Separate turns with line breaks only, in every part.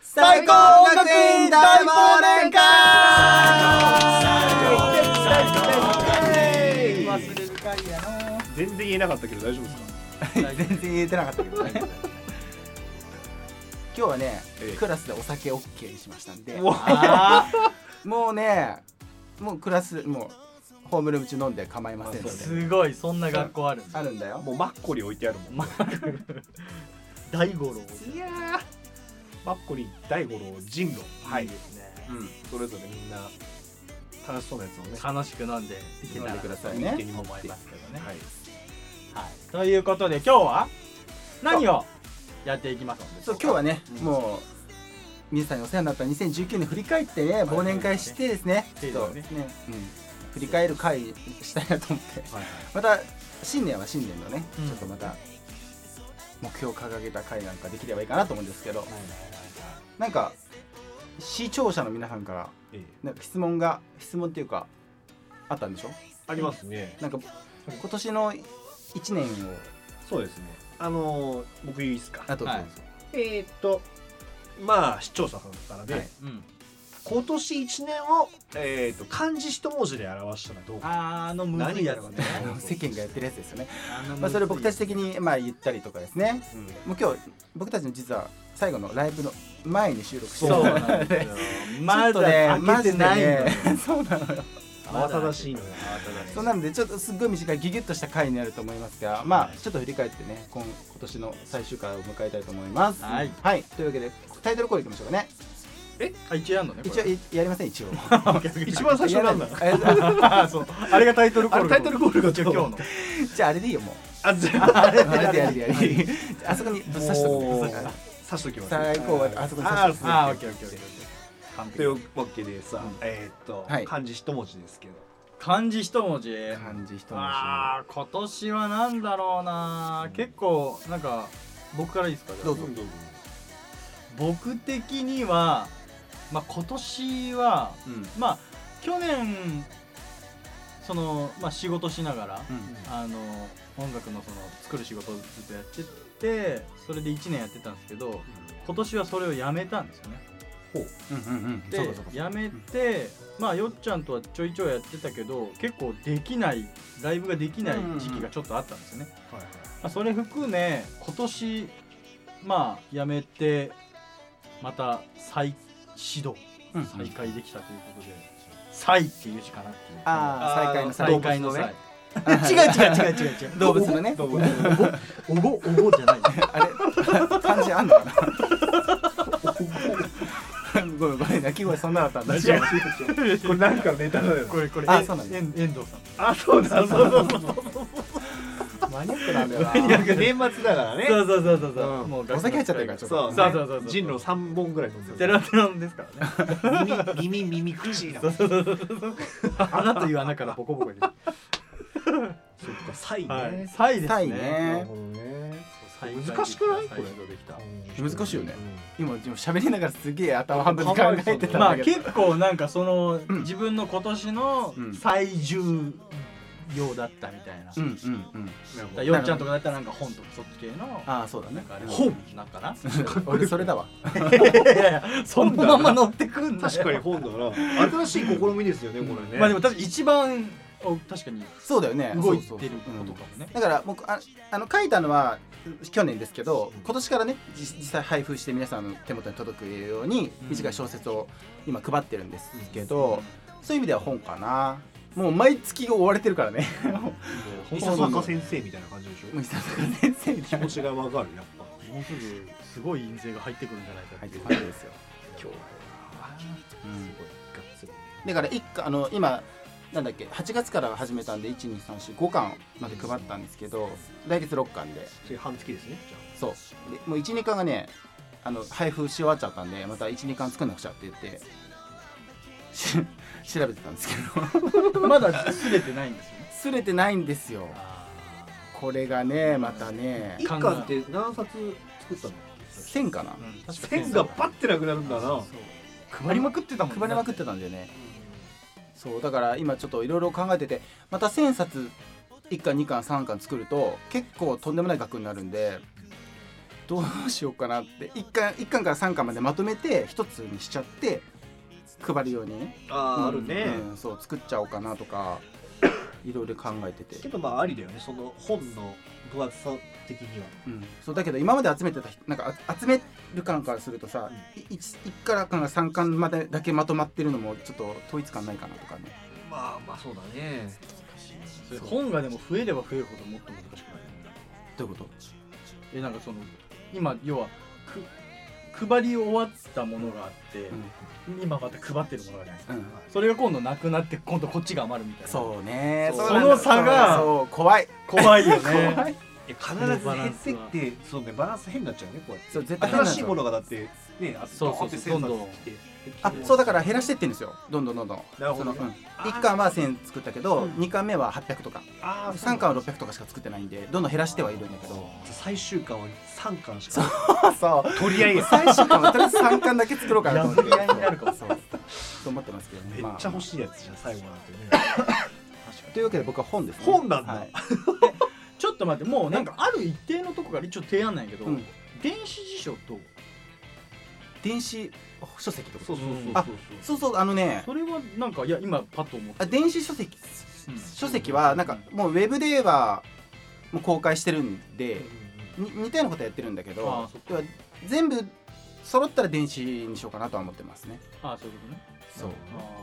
最高音楽院大忘年会忘れる会やな
全然言えなかったけど大丈夫ですか
全然言えてなかったけどね今日はね
ええ
クラスでお酒 OK にしましたんで
うわ
あーもうねもうクラスもうホームルーム中飲んで構いませんの
あそ
です
ごいそんな学校あるんだ
あるんだよ
もうマッコリ置いてあるもん
マーク大五郎
いやーマッコリ大五郎人狼はい、
いうい
ん
ですね、
それぞれみんな楽しそうなやつをね
楽しく飲んでいけ
飲
た
ん
ら
でください
い
ね
いと思いますけどね、
はい
はい、ということで今日は何をやっていきますの
そう今日はね、もう水さんにお世話になった2019年振り返ってね忘年会してですね、
はい
ちょっとね、うん、振り返る会したいなと思って
はい
また新年は新年のね、
うん
ちょっとまた目標を掲げた会なんかできればいいかなと思うんですけどなんか視聴者の皆さんから
ええ
なんか質問が質問っていうかあったんでしょ
ありますね
なんか今年の1年を
そうですねあのー僕いいですか
あと、
はい
えーっとまあ視聴者さんからで、
はい
うん、
今年一年を、えーっと漢字一文字で表したらどうか
あーあのむずいやつね
あの世間がやってるやつですよね、
あのむずい
まあ、それを僕たち的にまあ言ったりとかですね
うん
もう今日僕たちの実は最後のライブの前に収録して
そうなんですよま
ちょっとね
だ開けてないのよ、
マ ジでねそうなのよ
慌ただしいのよ
そうなのでちょっとすっごい短いギュギュッとした回になると思いますがまあちょっと振り返ってね今今年の最終回を迎えたいと思います
はい
というわけでタイトルコールいきましょうかね
えあ一応やんのねこ
一
れ
応いやりません 一応
一番最初なん だ
やらない
あそうあれがタイトルコール
あれタイトルコールが
今日
今日
の
じゃああれでいいよもう
あ全
あれでやるやるあそこにぶっ刺しと
もう
く
刺
ね
刺しときます
最高はあそこに刺しとく
あーオッケーオッケーオッケー完
と
璧
いうわけでさ、
うん
えーっと、
はい
漢字一文字ですけど
漢字一文字
漢字一文
あー今年はなんだろうな結構なんか僕からいいですかじゃあ
どうぞ
どうぞ
僕的にはまあ今年は
字うん
まあ去年そのまあ仕事しながら、あの音楽のその作る仕事をずっとやってってそれで1年やってたんですけど今年はそれをやめたんですよね
うんうんうん
で
そうかそうか
やめて、まあよっちゃんとはちょいちょいやってたけど結構できないライブができない時期がちょっとあったんですよね、
はいはい
まあ、それ含め今年まあやめてまた再始動
うんうん
再開できたということで「再」っていう字かなっていう
あー再開の
再開の
動
再
違
違う違う違う違う
動物のね
どうも
おごおごじゃない
あれ漢字あんのかな ごめんごめん鳴き声そんなだったんだ
違う 違う これなんかネタだよ
これこれ
あ
え
そうなんだ
えん遠藤さん
あそうだそうそうそう
マニアックなんだよな
年末だからね
そうそうそうそうそう、
うん
もう
お酒入っちゃってるからちょっと
そう
そうそうそうそう
人狼三本ぐらい飲んで
テ
る
ラテラですからね
耳耳耳口 だそっか
穴という穴からボ コボコに
サイ
はい
ね
サイですね
サイ
なる
ね
ほどね
難
難しくないこれ
できた
難しいよね今でも喋りながらすげえ頭半分に考えてたんだけど、
まあ結構なんかその自分の今年の
うん
最重要だったみたいな、
うん
だか
うんうん
らよっちゃんとかだったらなんか本とかそっち系の
ああそうだ
なん
ね
かあれ
本
なんかな
俺それだわ
いやいやいやそんなまま乗ってくんだよ
確かに本だな新しい試みですよねこれね
まあでも確かに一番お確かに
そうだよね
動い
そう
てる
そう
ことかもね
うんだから僕ああの書いたのは去年ですけど今年からね実実際配布して皆さんの手元に届くように
うん
短い小説を今配ってるんですけど、そういう意味では本かなもう毎月追われてるから ね
伊佐坂先生みたいな感じでし
も
ょ
う伊佐坂先生み
気
たいな
持ちがわかるやっぱ
もうすぐすごい印税が入ってくるんじゃないか
入って
う
るわけですよ、
今日
うん
ガッツ
だ
リ
から一巻あの今なんだっけ8月から始めたんで12345巻まで配ったんですけど来月6巻で
それ半月ですねじゃ
そうでもう12巻がねあの配布し終わっちゃったんでまた12巻作んなくちゃって言って し調べてたんですけど
まだ擦れてないんですよね
すれてないんですよこれがねまたね
あ一巻って何冊作ったの
1000かな
うん確か
線がバッてなくなるんだな
配りまくってたもんね
配りまくってたんだよねそうだから今ちょっといろいろ考えててまた1000冊1巻2巻3巻作ると結構とんでもない額になるんでどうしようかなって1巻1巻から3巻までまとめて1つにしちゃって配るようにね
あ
うん
ああるね、
うんそう作っちゃおうかなとかいろいろ考えてて
け、どまあありだよねその本の分厚さ的には
うん、そうだけど今まで集めてたなんかあ集める感からするとさ、い一 1, からから3巻までだけまとまってるのもちょっと統一感ないかなとかね
まあまあそうだね
それ本がでも増えれば増えるほどもっと難しくない
どういうこと
えなんかその今要はく配り終わったものがあって、今また配ってるものがあるじゃないですか
うん、うん
それが今度なくなって今度こっちが余るみたいな
そうね
そう
うなんだ
その差が
そう怖い
怖いよ
怖
ね
い
いや必ず減ってきてそうねバランス変になっちゃうねこうや
そう絶
って
対
新しいものがだってねあ
そうそ
ドーン
うそう
って千冊
どんどん
来て
あそうだから減らしてってんですよどんどんどんどん
なるほど
そのうん、
あー
1巻は1000作ったけど、
うん
2巻目は800とか
あーそう
3巻は600とかしか作ってないんでどんどん減らしてはいるんだけど
最終巻は3巻しか
そう
とりあえず
最初からとりあえず3巻だけ作ろうかなと思って
破り合いになるかも
そうそう思ってますけどね
めっちゃ欲しいやつじゃん最後なんてね
まあというわけで僕は本です、ね、
本なんだ
はい
ちょっと待ってもうなんかある一定のとこから一応提案なんやけど、
うん
電子辞書と
電子書籍ってこと
そうそうそう
あ
そう
そうそうあのね
それはなんかいや今パッと思って
あ電子書籍
うん
書籍はなんかもうウェブではもう公開してるんで、に似たようなことやってるんだけ
あ
ど
ーそっか
要は全部揃ったら電子にしようかなとは思ってますね
ああそういうことね
そう
あ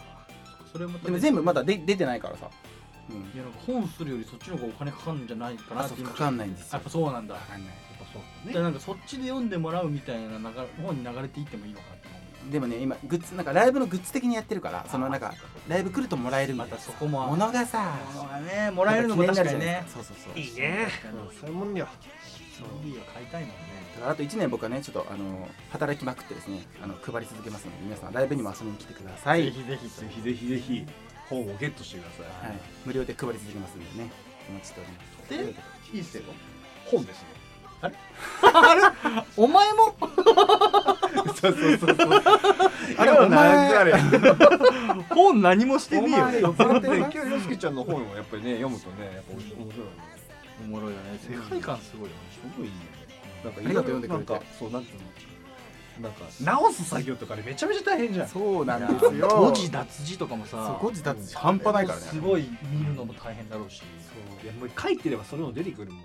あそれも
でも全部まだ
い
で出てないからさ、うん、
やなんか本するよりそっちの方がお金かかるんじゃないかな
あ
っ
そ
て
う
今
かかんないんです
や
よ
っぱそうなんだ
かかんない
そう
じ
ね
ゃあなんかそっちで読んでもらうみたいな流れ本に流れていってもいいのかなって思
でもね今グッズなんかライブのグッズ的にやってるから
う
そのなんかライブ来るともらえるみ
ま
たい
た
な
そこも
ものがさ
そうだねもらえるのも確かに
なん
ね
記念になるじゃないですかそうそうそう
いいね
確かに
うんそういうもんだよ
いいよ買いたいもんね
だからあと1年僕はねちょっとあの働きまくってですねあの配り続けますので皆さんライブにも遊びに来てください、
ぜひぜひ
ぜひぜひぜひ本をゲットしてください
はい、無料で配り続けますんでねお待ちしております
でいいっすよ
本ですね
お前も
そうそうそう そう
あれお前
あれ
本何もして
お
ねえ
前
よ
よくね今日よすけちゃんの本をやっぱりね読むとねやっぱ面白いよね
おもろいよね世界観すごいよね
すごいいいよねなんか
ありがとう読んでくれて
なんかそうなんていうのなんか直す作業とかでめちゃめちゃ大変じゃん
そうなんですよ
文字脱字とかもさ
そう誤字脱字半端ないからね
すごい見るのも大変だろうし
いやもう書いてればそれも出てくるもんね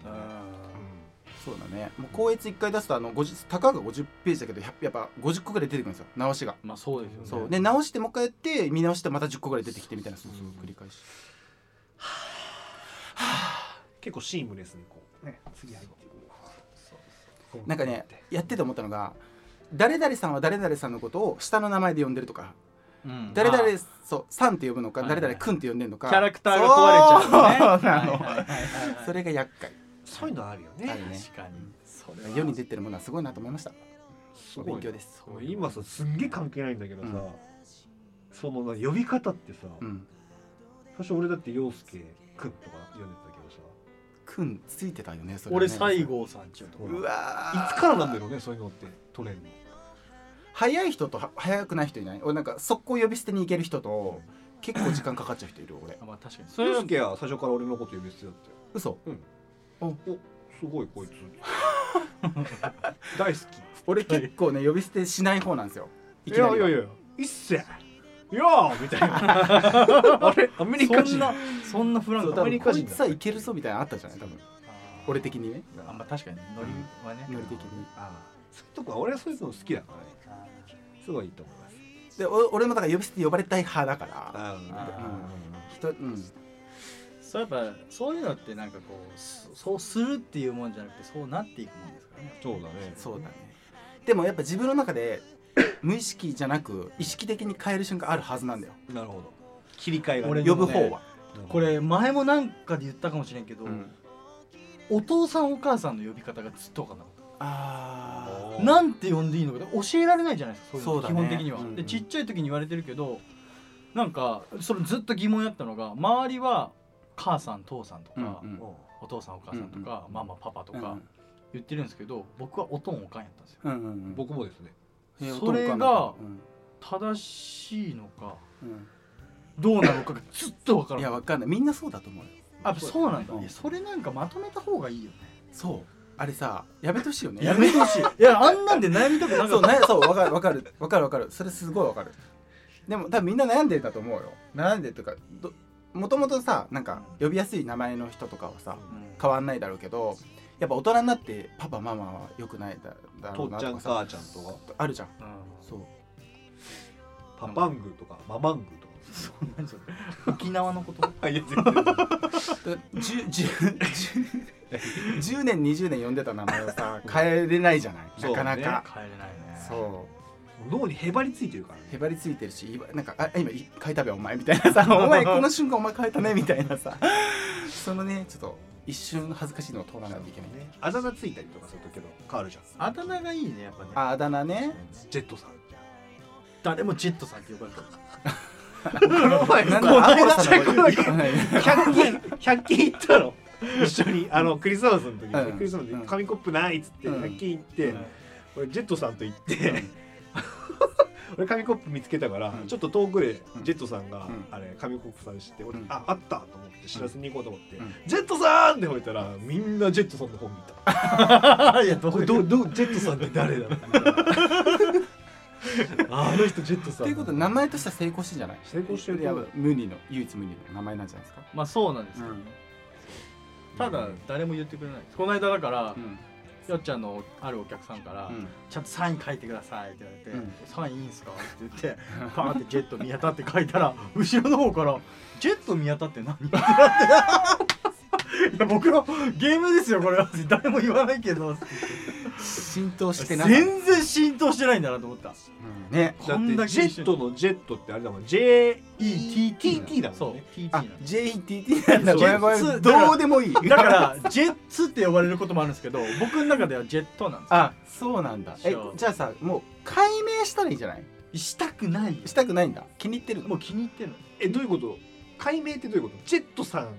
そうだねもう光悦1回出すとあの50たかが50ページだけどやっぱやっぱ50個ぐらい出てくるんですよ直しが、
まあそうですよね
そうで直してもう一回やって見直してまた10個ぐらい出てきてみたいなそうそう繰り返し
結構シームレスにこうね次入っていく
なんかねやってて思ったのが誰々さんは誰々さんのことを下の名前で呼んでるとか
うん
誰
まあ
々そうさんって呼ぶのか
はいはい
誰々くんって呼んでるのか
キャラクターが壊れちゃう
そうな
ね
の
はいはいはいはい
それが厄介
そういうのあるよ
あ
ね
るね
確かにそれ
世に出てるものはすごいなと思いました
す
お
ご
勉
い
強です
今さすんげえ関係ないんだけどさ
うん
そのな呼び方ってさ
うん
最初俺だって陽介くんとか呼んでたけどさ
くんついてたよねそれね
俺西郷さんちゅうとこ
うわー
いつからなんだろうねそういうのってトレンド
早い人とは早くない人いない俺なんか速攻呼び捨てに行ける人と結構時間かかっちゃう人いる俺
あまあ確かにそれ
陽
は
介は最初から俺のこと呼び捨てだったよ
嘘
おすごいこいつ大好
俺結構ね呼び捨てしない方なんですよ
き
いきなりはい
やいやいやいっせよーみたいな あれアメリカ
そん
人
なそんなフラン
そう
ク
多
アメ
分
リ
こ
カ
い
人だ
つさいけるぞみたいなのあったじゃない多分俺的にね
あまあ確かにノリはね
ノリ的に
ああそういうとこは俺はそういうの好きだからねすごいいいと思います
でお俺もだから呼び捨て呼ばれたい派だから
あ
人うん
そうやっぱそういうのってなんかこうそそうするっていうもんじゃなくてそうなっていくもんですからね
そうだね
そうだねでもやっぱ自分の中で無意識じゃなく意識的に変える瞬間あるはずなんだよ
なるほど切り替えがね
俺で
呼
も
ぶ
ね
方は、
これ前もなんかで言ったかもしれんけど、
うん
お父さんお母さんの呼び方がずっと分かんなかっ
あ
たなんて呼んでいいのか教えられないじゃないですかそういうの
そうだね
基本的には、
うんうん
でちっちゃい時に言われてるけどなんかそれずっと疑問やったのが周りは母さん父さんとか、
うんうん
お父さんお母さんとか、
うん
ママパパと
うん
か言ってるんですけど、僕はおとんおかんやったんですよ
うんうんうん
僕もですね
えー
それ
お父さ
が
んのうん
正しいのか
うん
どうなのかがずっと分から
い
な
や
い
わかんないみんなそうだと思うよ
あそうなんだ、
うん
いやそれなんかまとめた方がいいよね
そうあれさやめてほしいよね
やめてほし いいやあんなんで悩みたくなか
そ
っ
う
た
なそうわかるわかるわかるわかるそれすごいわかるでも多分みんな悩んでたと思うよ悩んでるとかどもともとさなんか呼びやすい名前の人とかはさ変わんないだろうけどやっぱ大人になってパパママは良くないだだろ
と
うな
っちゃ
と
ん
かさ
母ちゃんとか
あるじゃん
うん
そう
パパングとかママングとか
何それ沖縄 のこと
あいや全然
だ 10, 10, 10年20年呼んでた名前をさ変えれないじゃない
そう
なかなか
帰れないね
そう
脳にへばりついてるからね
へばりついてるしいばなんか「あ今い変えたべお前」みたいなさ「お前この瞬間お前変えたね」みたいなさそのねちょっと一瞬恥ずかしいのを通らないといけないね
あだ名ついたりとかするとけど変わるじゃん
あだ名がいいねやっぱね
ああだ名ね
ジェット さん
誰もジェットさんって呼ばれた
この前
なん
この
だ
前
アボさんの
この前
声
100均100均行ったの一緒にあのクリスマスの時に、
うん
クリスマスで
うん
紙コップないっつって
うん
100均行って、
うん
俺ジェットさんと行って、 俺紙コップ見つけたから、
うん
ちょっと遠くで
うん
ジェットさんが、
うん
あれ紙コップさんして俺、
うん
ああったと思って知らせに行こうと思って、
うん
ジェットさんって吠えたらみんなジェットさんの方見た
いやど
これどうどうジェットさんって誰だろう あの人ジェットさ ん
ということで名前としては成功してんじゃない
成功してると
や
思う
無二の唯一無二の名前なんじゃないですか
まあそうなんですけど、
ん
ただ誰も言ってくれないですこの間だから、
うん
よっちゃんのあるお客さんから、
うん
ちゃんとサイン書いてください」って言われて「
うん
サインいいんすか?」って言ってパーンってジェット宮田って書いたら後ろの方から「ジェット宮田って何?」ってなって「いや僕のゲームですよこれは」誰も言わないけど
浸透してなかった
全然浸透してないんだなと思った
うんね
だ
こん
っ
だ
て
け
ジェットのジェットってあれだもん JETT だ
そ
も
うん
ね
TT
あ
なんです
JTT なんだごめんごめ
そうん
どうでもいい
だからジェッツって呼ばれることもあるんですけど僕の中ではジェットなんです
あそうなんだえ
そう
じゃあさもう解明したらいいんじゃない
したくないよ
したくないんだ気に入ってるの
もう気に入ってんの
えどういうこと解明ってどういうことジェットさん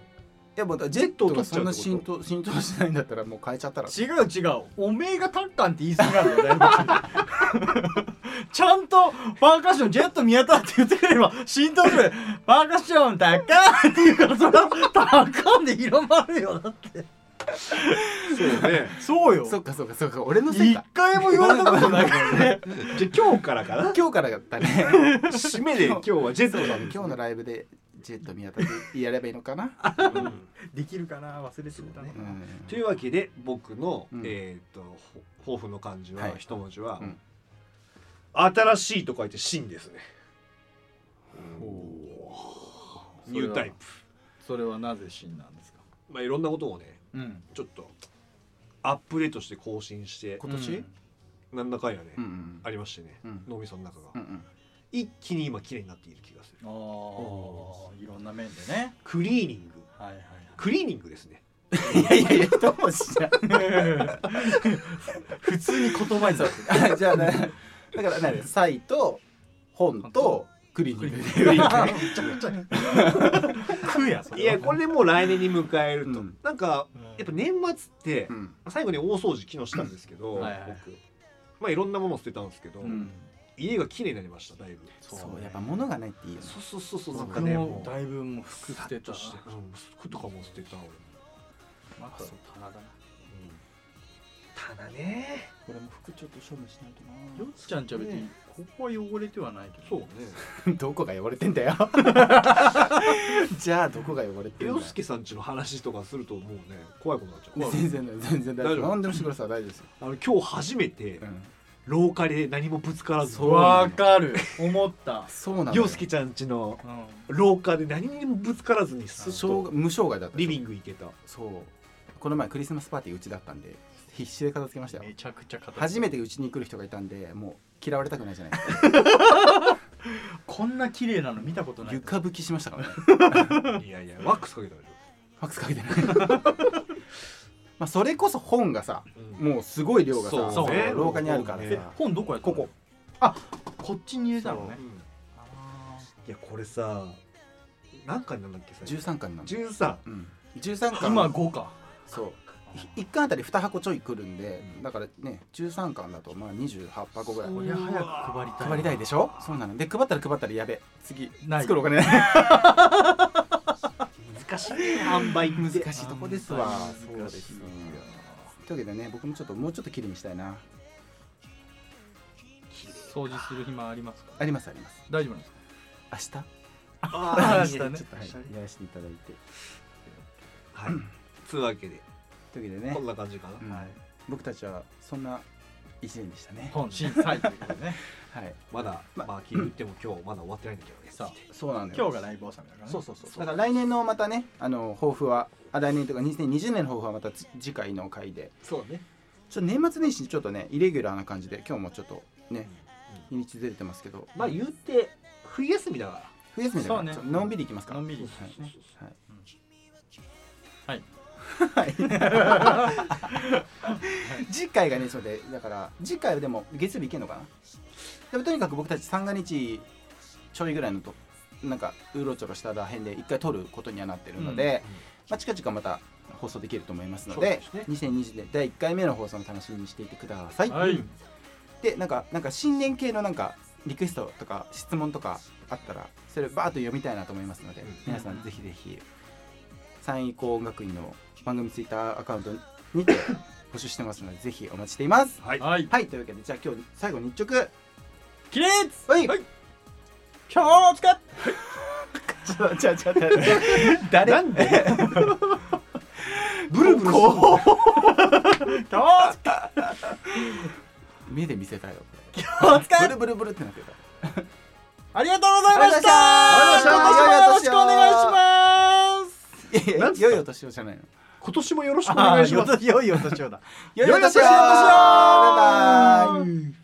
いやもうだジ
ェ
ェ
ッ
ッ
ト
ト
を取
が
っちゃ
そ
うんってこと
な浸透浸透しないんだったらもう変えちゃったら
違う違うおめえがタッカンって言い過ぎなんだよね ちゃんとパーカッションジェット宮田って言ってくれれば浸透するパーカッションタッカンって言うからそれはタッカンで広まるよだって
そうね
そうよ
そっかそっかそっか俺のせい
一
か
回も言われたことないからね
じゃあ今日からかな
今日からだ ったね
締めで今日はジェットさんです
今日のライブでジェット宮田でやればいいのかな、
うん
できるかな忘れてたね
うん
というわけで僕の、
うん
えー、とほ抱負の漢字は、
はい
一文字は、
うん
新しいと書いて新ですね、
お
ニュータイプ
それはなぜ死んなんですか
まあいろんなことをね
うん
ちょっとアップデートして更新して
今年
なんだかんやね、
うんうん
ありましてね、
うん
脳みその中が、
うんうん
一気に今綺麗になっている気がする
ああいろんな面でね
クリーニング
はいはいはい
クリーニングですね
いやい やいやどうしちゃ
普通に言葉にさ
うじゃあねだからね サイと本とクリニック
クリニック食うやそ
い
れは
やこれでもう来年に迎えると、
うん
なんかやっぱ年末って
う、 ん
最後に大掃除昨日したんですけど、
はいはい
僕まあいろんなものを捨てたんですけど、
うん
家が綺麗になりましただいぶ
そ
そうやっぱ物がないっていいよね
そうそうそうそうなんか
僕
ね
も
もう
だいぶもう服
さ
捨
っと
てた
して、うん、服とかも捨てた俺、うん、
あと棚だな
棚ね
これも服ちょっと処分しないと
よっちゃんちは別にここは汚れてはないけど
そうね
どこが汚れてん だよじゃあどこが汚れてんだ
洋
よ
介さんちの話とかするともうね怖いことになっちゃう怖い
全然全然大
大
丈
丈夫
夫何でもしてください大丈夫ですよ、
あの今日初めて廊下で何もぶつからず
そう
わかる思った
そうなのよ
洋介ちゃんちの
うん
廊下で何にもぶつからずにすっ
障
と
害無障害だったでし
リ
ょ
ビング行けた
そうこの前クリスマスパーティーうちだったんで必死で片付けましたよ
めちゃくちゃ硬い
初めてうちに来る人がいたんでもう嫌われたくない じゃないですか
こんな綺麗なの見たことない
床拭きしましたからね
いやいやワックスかけたでし
ファックスかけてないまあそれこそ本がさ
ょ、
もうすごい量がさ
そうね
廊下にあるから
そう
さ
ね
本どこやった
こ
の
こ
こっちに入れたのね
うん
あ
いやこれさ何巻なんだっけさ
13巻なんで、
13
うん、13
ー
巻
今5か
そう1巻あたり2箱ちょい来るんで
うん
だからね13巻だとまあ28箱ぐらい
そう
これ早く配りたい
配りたいでしょそうなので配ったら配ったらやべ次
ない
作るお金ない
難しいね販売って
難しいとこですわ
難しい
そう
よ
ですねというわけでね僕もちょっともうちょっときれいにしたいな
掃除する暇ありますか
ありますあります
大丈夫なんですか
明日
ああ、
明日 ね
ちょっとはいやらせていただいて
はい。つうわけで、
というわけで
こん
ね
な感じかな。
うん僕たちはそんな一年でしたね
本心斎ということでね
はい
まだ、
ま
まあ、気に入っても今日まだ終わってないんだけどね。
さあ
そうなんだ
今
よ
日がライブ納めだからね
そうそうそうだから来年のまたねあの抱負はあ来年というか2020年の抱負はまたつ次回の回で
そうだね。
ちょっと年末年始にちょっとねイレギュラーな感じで今日もちょっとね日にちずれてますけど
まあ、言うて、冬休みだから。
冬休みだから
そうね
ちょっとのんびりいきますから
のんびり
はい
そうそう
はい
うん
はい、 次回がねそうでだから次回はでも月曜日いけんのかなでもとにかく僕たち三が日ちょいぐらいのとなんかうろちょろしたら辺で一回撮ることにはなってるので、まあ、近々また放送できると思いますので
そうです
2020年第1回目の放送の楽しみにしていてください、
はい
でなんかなんか新年系のなんかリクエストとか質問とかあったらそれバーッと読みたいなと思いますので、
うん
皆さんぜひぜひ三位高音楽院の番組ツイッターアカウントにて募集してますのでぜひお待ちしています
はい。
はい
はいというわけでじゃあ今日最後日直
起立
はい、
はい
今日使っちょちょちょちょ誰
なん で
ブルブルこう目で見せたよ今日使うブルブルブルってなってた
ありがとうございました
ありがとうございました
今年もよろ
いやいや良いお
なんつった
しくお願いします
年をじゃないの
今年もよろしくお願いします。
よいよいお年をだ
良
いお年を
バイバイ
イ